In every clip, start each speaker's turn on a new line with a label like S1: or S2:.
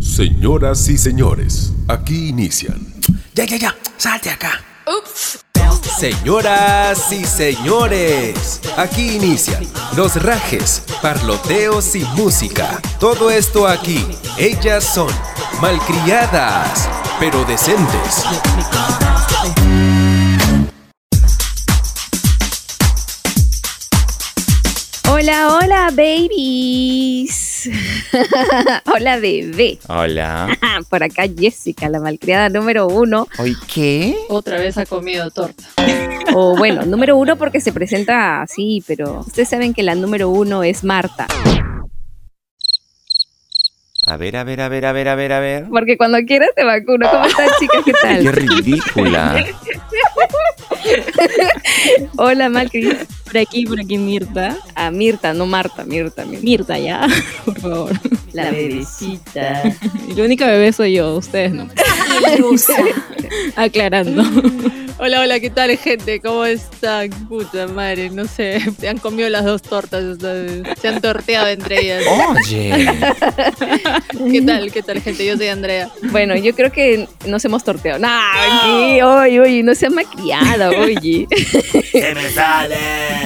S1: Señoras y señores, aquí inician.
S2: Ya, ya, ya, salte acá.
S3: Ups.
S2: Señoras y señores, aquí inician los rajes, parloteos y música. Todo esto aquí. Ellas son malcriadas, pero decentes.
S3: Hola, hola, babies. hola, bebé. Ah,
S4: Hola.
S3: Por acá Jessica, la malcriada número uno.
S4: ¿Hoy qué?
S5: Otra vez ha comido torta.
S3: O bueno, número uno porque se presenta así, pero ustedes saben que la número uno es Marta.
S4: A ver, a ver, a ver, a ver, a ver, a ver.
S3: Porque cuando quieras te vacuno. ¿Cómo están, chicas? ¿Qué
S4: Qué
S3: tal?
S4: ridícula.
S3: Hola, malcriada.
S6: Por aquí, por aquí, Mirta.
S3: A Mirta, no Marta, Mirta, Mirta.
S6: Mirta, ya, por favor.
S3: La bebé.
S5: bebecita.
S6: La única bebé soy yo, ustedes no. Aclarando.
S5: Hola, hola, ¿qué tal, gente? ¿Cómo están? Puta madre, no sé. Se han comido las dos tortas esta vez. Se han torteado entre ellas.
S4: Oh. Oye.
S5: ¿Qué tal, qué tal, gente? Yo soy Andrea.
S3: Bueno, yo creo que nos hemos torteado. Nah, sí, oye, oye, no seas malcriada, oye.
S6: Por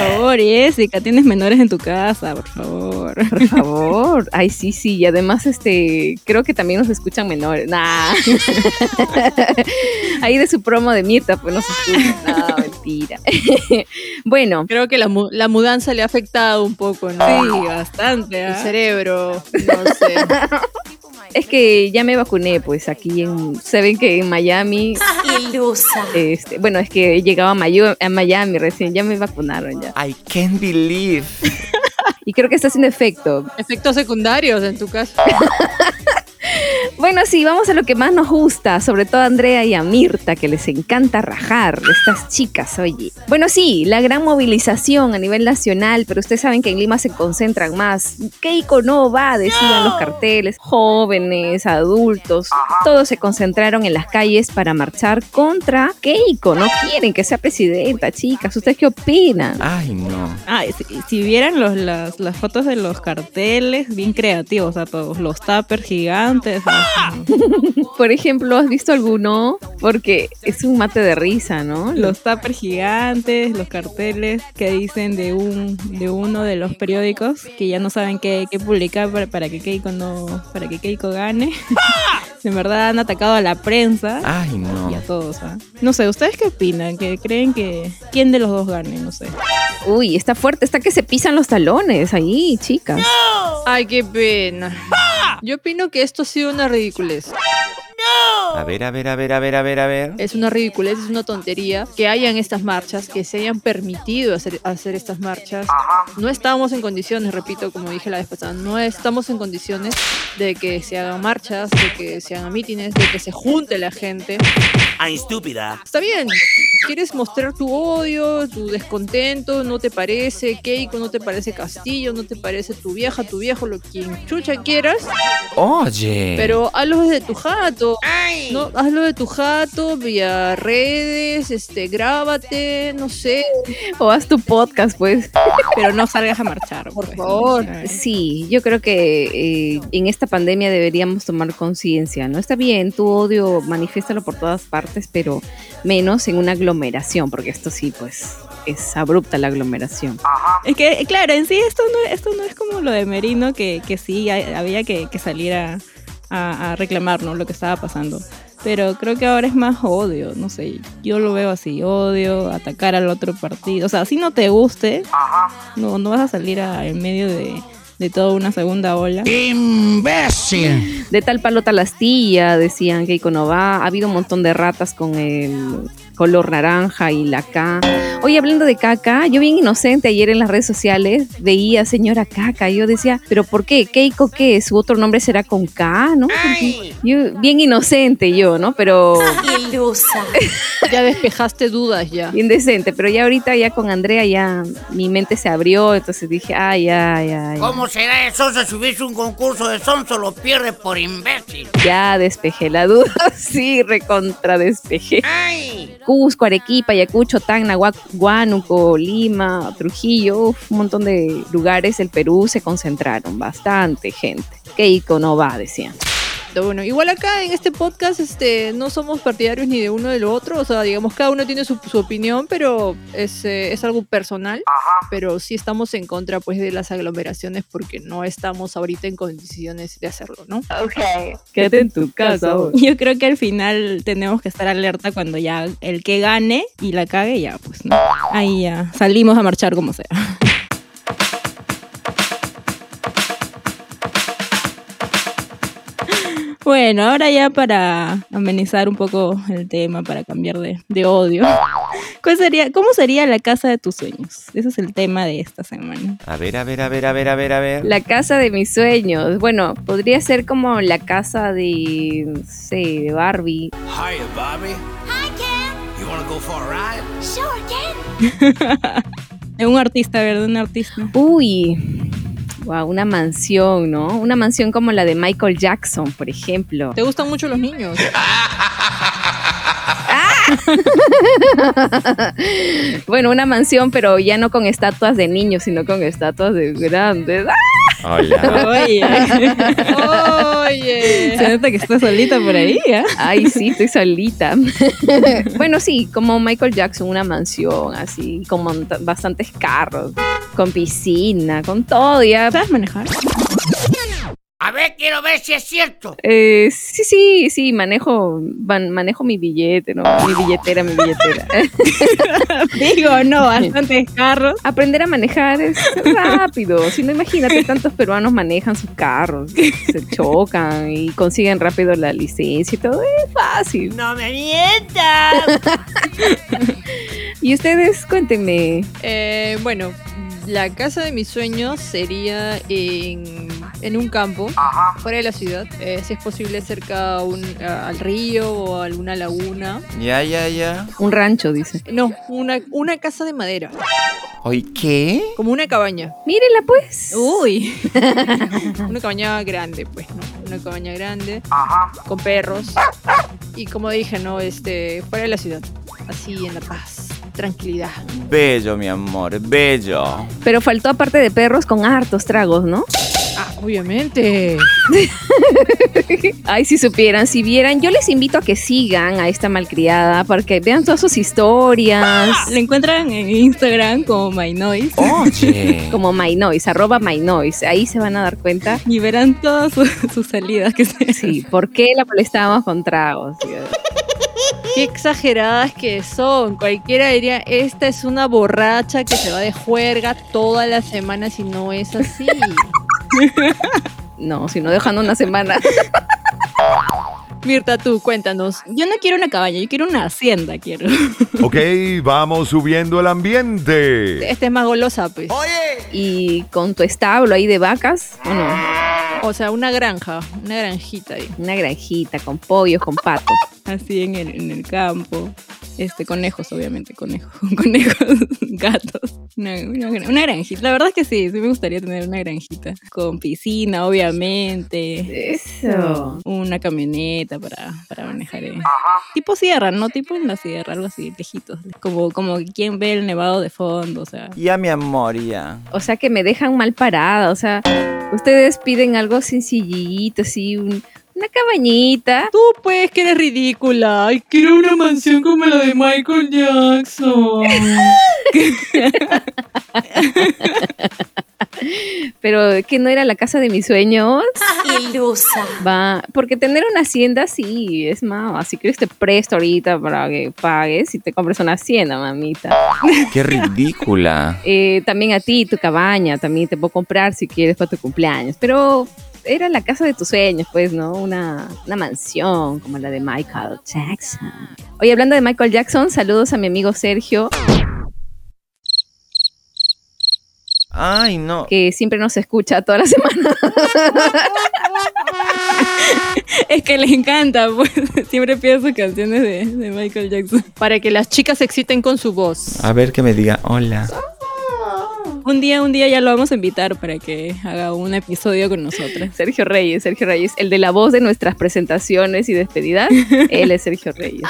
S6: favor, Jessica, tienes menores en tu casa, por favor.
S3: Por favor. Ay, sí, sí. Y además, este, creo que también nos escuchan menores. Nah. Ahí de su promo de Mirta, pues nos escuchan. No, mentira. bueno,
S5: Creo que la, mu- la mudanza le ha afectado un poco, ¿no?
S6: Sí, bastante.
S5: El
S6: ¿ah?
S5: cerebro, no sé.
S3: es que ya me vacuné, pues aquí en. Se ven que en Miami.
S7: Ilusa.
S3: Este, bueno, es que llegaba a, Mayu- a Miami recién. Ya me vacunaron ya.
S4: I can't believe.
S3: Y creo que está haciendo efecto.
S5: Efectos secundarios en tu caso.
S3: Bueno, sí, vamos a lo que más nos gusta, sobre todo a Andrea y a Mirta, que les encanta rajar de estas chicas, oye. Bueno, sí, la gran movilización a nivel nacional, pero ustedes saben que en Lima se concentran más. Keiko no va, decían los carteles, jóvenes, adultos, todos se concentraron en las calles para marchar contra Keiko. No quieren que sea presidenta, chicas. ¿Ustedes qué opinan?
S4: Ay, no.
S6: Ah, si, si vieran los, las, las fotos de los carteles, bien creativos a todos. Los tuppers gigantes.
S3: Por ejemplo, ¿has visto alguno? Porque es un mate de risa, ¿no? Los
S6: Los tuppers gigantes, los carteles que dicen de un de uno de los periódicos que ya no saben qué, qué publicar para, para que Keiko no para que Keiko gane. en verdad han atacado a la prensa
S4: Ay, no.
S6: y a todos. ¿ah? No sé, ¿ustedes qué opinan? ¿Que creen que quién de los dos gane? No sé.
S3: Uy, está fuerte, está que se pisan los talones ahí, chicas.
S5: Ay, qué pena. Yo opino que esto ha sido una ridiculez.
S4: A ver, a ver, a ver, a ver, a ver, a ver.
S5: Es una ridiculez, es una tontería que hayan estas marchas, que se hayan permitido hacer, hacer estas marchas. No estábamos en condiciones, repito, como dije la vez pasada, no estamos en condiciones de que se hagan marchas, de que se hagan mítines, de que se junte la gente.
S8: ¡Ay, estúpida!
S5: Está bien, quieres mostrar tu odio, tu descontento, no te parece Keiko, no te parece Castillo, no te parece tu vieja, tu viejo, lo quien chucha quieras,
S4: Oye.
S5: pero hazlo desde tu jato. No, hazlo de tu jato, vía redes, este, grábate, no sé,
S3: O haz tu podcast, pues.
S6: Pero no salgas a marchar,
S5: Por
S6: pues.
S5: favor.
S6: Ay.
S3: Sí, yo creo que eh, en esta pandemia deberíamos tomar conciencia, ¿no? Está bien, tu odio, manifiéstalo por todas partes, pero menos en una aglomeración, porque esto sí, pues, es abrupta la aglomeración.
S6: Es que, claro, en sí esto no, esto no es como lo de Merino, que, que sí hay- había que, que salir a, a- a reclamar ¿no? lo que estaba pasando. Pero creo que ahora es más odio, no sé, yo lo veo así, odio, atacar al otro partido. O sea, si no te guste, no, no vas a salir a- en medio de, de toda una segunda ola.
S3: De tal palo tal astilla, decían que Iconova. Ha habido un montón de ratas con el color naranja y la K. Oye, hablando de caca, yo bien inocente ayer en las redes sociales veía señora caca. Y yo decía, ¿pero por qué? ¿Keiko qué? ¿Su otro nombre será con K? ¿No? Yo, bien inocente yo, ¿no? Pero
S7: Ilusa.
S5: ya despejaste dudas ya.
S3: bien decente. Pero ya ahorita, ya con Andrea, ya mi mente se abrió. Entonces dije, ay, ay, ay.
S8: ¿Cómo será eso si hubiese un concurso de sonso lo pierde por imbécil?
S3: Ya despejé la duda. sí, recontra despejé.
S8: ¡Ay!
S3: Cusco, Arequipa, Ayacucho, Tacna, Gua- Huánuco, Lima, Trujillo, uf, un montón de lugares del Perú se concentraron, bastante gente. Keiko no va, decían.
S5: Perfecto, bueno, igual acá en este podcast este, no somos partidarios ni de uno del otro, o sea, digamos, cada uno tiene su, su opinión, pero es, eh, es algo personal, pero sí estamos en contra pues de las aglomeraciones porque no estamos ahorita en condiciones de hacerlo, ¿no?
S6: Quédate en tu casa. Yo creo que al final tenemos que estar alerta cuando ya el que gane y la cague, ya, pues no. Ahí ya salimos a marchar como sea. Bueno, ahora ya para amenizar un poco el tema, para cambiar de, de odio. ¿Cuál sería, ¿Cómo sería la casa de tus sueños? Ese es el tema de esta semana.
S4: A ver, a ver, a ver, a ver, a ver, a ver.
S3: La casa de mis sueños. Bueno, podría ser como la casa de, no sé, de Barbie.
S8: Hiya, Bobby. You wanna go for a ride?
S6: De un artista, ¿verdad? Un artista.
S3: Uy, wow, una mansión, ¿no? Una mansión como la de Michael Jackson, por ejemplo.
S5: ¿Te gustan mucho los niños?
S3: bueno, una mansión, pero ya no con estatuas de niños, sino con estatuas de grandes. ¡Ah!
S4: Hola.
S6: Oye,
S5: Oye.
S6: se nota que estás solita por ahí, ¿eh?
S3: Ay, sí, estoy solita. bueno, sí, como Michael Jackson, una mansión así, con monta- bastantes carros, con piscina, con todo, ya.
S6: ¿Sabes manejar?
S8: A ver, quiero ver si es cierto.
S3: Eh, sí, sí, sí, manejo, van- manejo mi billete, ¿no? Mi billetera, mi billetera.
S6: Digo, no, bastantes carros.
S3: Aprender a manejar es rápido. Si no, imagínate, tantos peruanos manejan sus carros, se chocan y consiguen rápido la licencia y todo. Es fácil.
S8: No me mientas.
S3: Y ustedes, cuéntenme.
S5: Eh, bueno, la casa de mis sueños sería en, en un campo, fuera de la ciudad, eh, si es posible cerca a un- a- al río o a alguna laguna.
S4: Ya, ya, ya.
S3: Un rancho, dice.
S5: No, una, una casa de madera,
S4: ¿Hoy qué?
S5: como una cabaña,
S3: Mírenla, pues.
S6: Uy.
S5: una cabaña grande, pues, ¿no? Una cabaña grande, con perros. Y como dije, ¿no? Este, fuera de la ciudad, así en la paz, tranquilidad.
S4: Bello, mi amor, bello.
S3: Pero faltó aparte de perros con hartos tragos, ¿no?
S5: Ah, obviamente.
S3: Ay, si supieran, si vieran, yo les invito a que sigan a esta malcriada para que vean todas sus historias.
S8: ¡Ah!
S6: Lo encuentran en Instagram como My Noise
S4: Oye.
S3: Como My Noise, arroba My Noise. Ahí se van a dar cuenta.
S6: y verán todas sus, sus salidas que se
S3: Sí, ¿por qué la molestábamos con tragos?
S5: Qué exageradas que son. Cualquiera diría, esta es una borracha que se va de juerga todas las semanas y no es así.
S3: No, si no dejando una semana.
S5: Mirta, tú, cuéntanos.
S6: Yo no quiero una cabaña, yo quiero una hacienda, quiero.
S9: Ok, vamos subiendo el ambiente.
S5: Este, Esta es más golosa, pues.
S3: Y con tu establo ahí de vacas, ¿o no?
S5: O sea, una granja, una granjita ahí.
S3: Una granjita con pollos, con patos.
S6: Así en el, en el campo. Este, conejos, obviamente, conejos, conejos, gatos. Una, una gran- una granjita. La verdad es que sí, sí me gustaría tener una granjita. Con piscina, obviamente.
S3: Eso.
S6: Una camioneta para, para manejar. eh. Tipo sierra, no tipo en la sierra, algo así, lejitos. Como, como quien ve el nevado de fondo, o sea.
S4: Ya, mi amor, ya.
S3: O sea que me dejan mal parada. O sea, ustedes piden algo sencillito, así, un- una cabañita.
S5: Tú, pues, que eres ridícula. Ay, quiero una mansión como la de Michael Jackson.
S3: Pero que no era la casa de mis sueños.
S7: ilusa,
S3: Va, porque tener una hacienda sí es más. Si quieres te presto ahorita para que pagues y te compres una hacienda, mamita.
S4: Qué ridícula.
S3: Eh, también a ti, tu cabaña, también te puedo comprar si quieres para tu cumpleaños. Pero era la casa de tus sueños, pues, ¿no? Una, una mansión como la de Michael Jackson. Oye, hablando de Michael Jackson, saludos a mi amigo Sergio,
S4: Ay, no.
S3: que siempre nos escucha toda la semana.
S6: Es que les encanta, pues. Siempre pido sus canciones de, de Michael Jackson.
S5: Para que las chicas se exciten con su voz.
S4: A ver que me diga hola.
S6: Un día, un día ya lo vamos a invitar para que haga un episodio con nosotras.
S3: Sergio Reyes, Sergio Reyes, el de la voz de nuestras presentaciones y despedidas. Él es Sergio Reyes.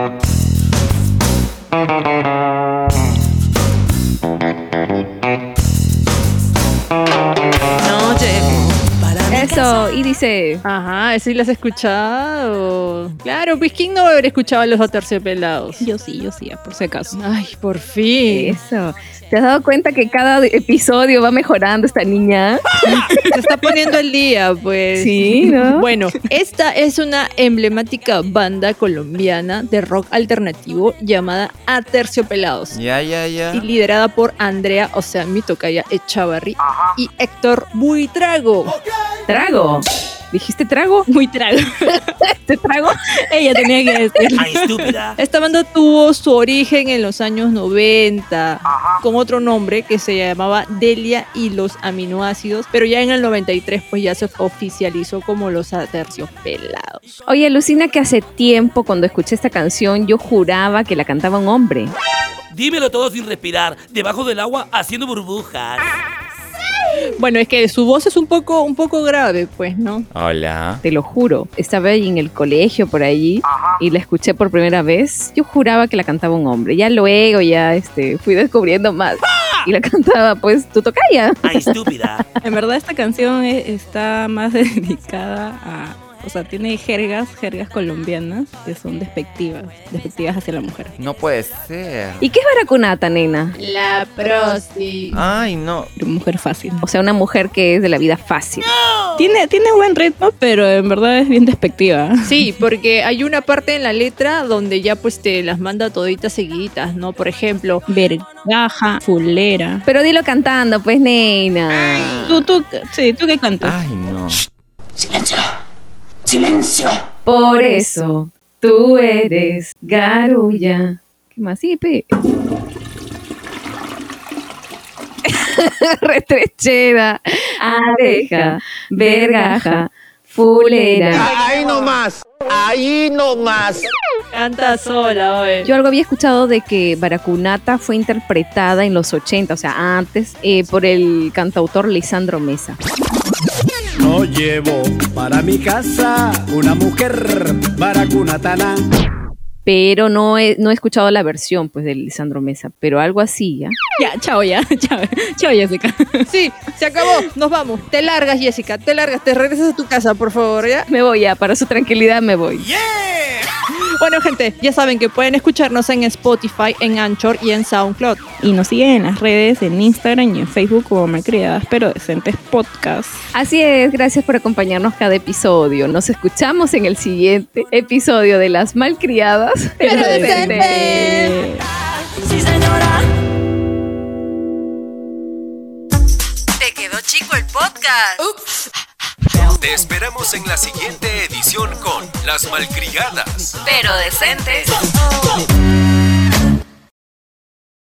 S5: No,
S3: Eso, y dice.
S5: Ajá, ¿sí las has escuchado? Claro, pues ¿quién no haber escuchado a los aterciopelados?
S6: Yo sí, yo sí, ah, por si acaso.
S5: Ay, por fin.
S3: Eso. ¿Te has dado cuenta que cada episodio va mejorando esta niña?
S5: Se está poniendo el día, pues.
S3: Sí, ¿no?
S5: Bueno, esta es una emblemática banda colombiana de rock alternativo llamada Aterciopelados.
S4: Ya, ya, ya.
S5: y liderada por Andrea, o sea, mi tocaya Echavarri y Héctor Buitrago.
S3: Trago. ¿Dijiste trago?
S6: Muy trago.
S3: ¿Te trago?
S6: Ella tenía que decirlo.
S8: Ay, estúpida.
S5: Esta banda tuvo su origen en los años 90 con otro nombre que se llamaba Delia y los aminoácidos, pero ya en el 93 pues ya se oficializó como los aterciopelados.
S3: Oye, alucina que hace tiempo cuando escuché esta canción yo juraba que la cantaba un hombre.
S10: Dímelo todo sin respirar, debajo del agua haciendo burbujas.
S5: Bueno, es que su voz es un poco un poco grave, pues, ¿no?
S4: Hola.
S3: Te lo juro. Estaba ahí en el colegio por allí y la escuché por primera vez. Yo juraba que la cantaba un hombre. Ya luego ya este, fui descubriendo más. Y la cantaba pues tu tocaya.
S10: Ay, estúpida.
S6: En verdad esta canción e- está más dedicada a... O sea, tiene jergas, jergas colombianas que son despectivas, despectivas hacia la mujer.
S4: No puede ser.
S3: ¿Y qué es baracunata, nena?
S5: La prosti.
S4: Ay, no.
S6: Pero mujer fácil.
S3: O sea, una mujer que es de la vida fácil.
S6: Tiene, tiene buen ritmo, pero en verdad es bien despectiva.
S5: Sí, porque hay una parte en la letra donde ya pues te las manda toditas seguiditas, ¿no? Por ejemplo,
S6: Vergaja, fulera.
S3: Pero dilo cantando, pues, nena.
S6: Tú, tú, sí, tú que cantas.
S4: Ay, no.
S3: Por eso tú eres garulla. ¿Qué más? Sí, pe. Retrechera, abeja, vergaja, fulera.
S8: Ahí nomás. Ahí nomás.
S5: canta sola, oye.
S3: Yo algo había escuchado de que Baracunata fue interpretada en los 80, o sea, antes, eh, por el cantautor Lisandro Mesa.
S10: No llevo para mi casa una mujer baracunatana.
S3: Pero no he, no he escuchado la versión, pues, de Lisandro Mesa, pero algo así, ¿ya?
S6: Ya, chao ya, chao, chao Jessica.
S5: Sí, se acabó, nos vamos. Te largas, Jessica, te largas, te regresas a tu casa, por favor, ¿ya?
S3: Me voy ya, para su tranquilidad me voy.
S5: Bueno, gente, ya saben que pueden escucharnos en Spotify, en Anchor y en SoundCloud.
S6: Y nos siguen en las redes, en Instagram y en Facebook como Malcriadas pero Decentes Podcast.
S3: Así es, gracias por acompañarnos cada episodio. Nos escuchamos en el siguiente episodio de Las Malcriadas.
S5: Pero decentes.
S7: Sí, señora.
S2: Te quedó chico el podcast. Te esperamos en la siguiente edición con Las Malcriadas.
S7: Pero decentes.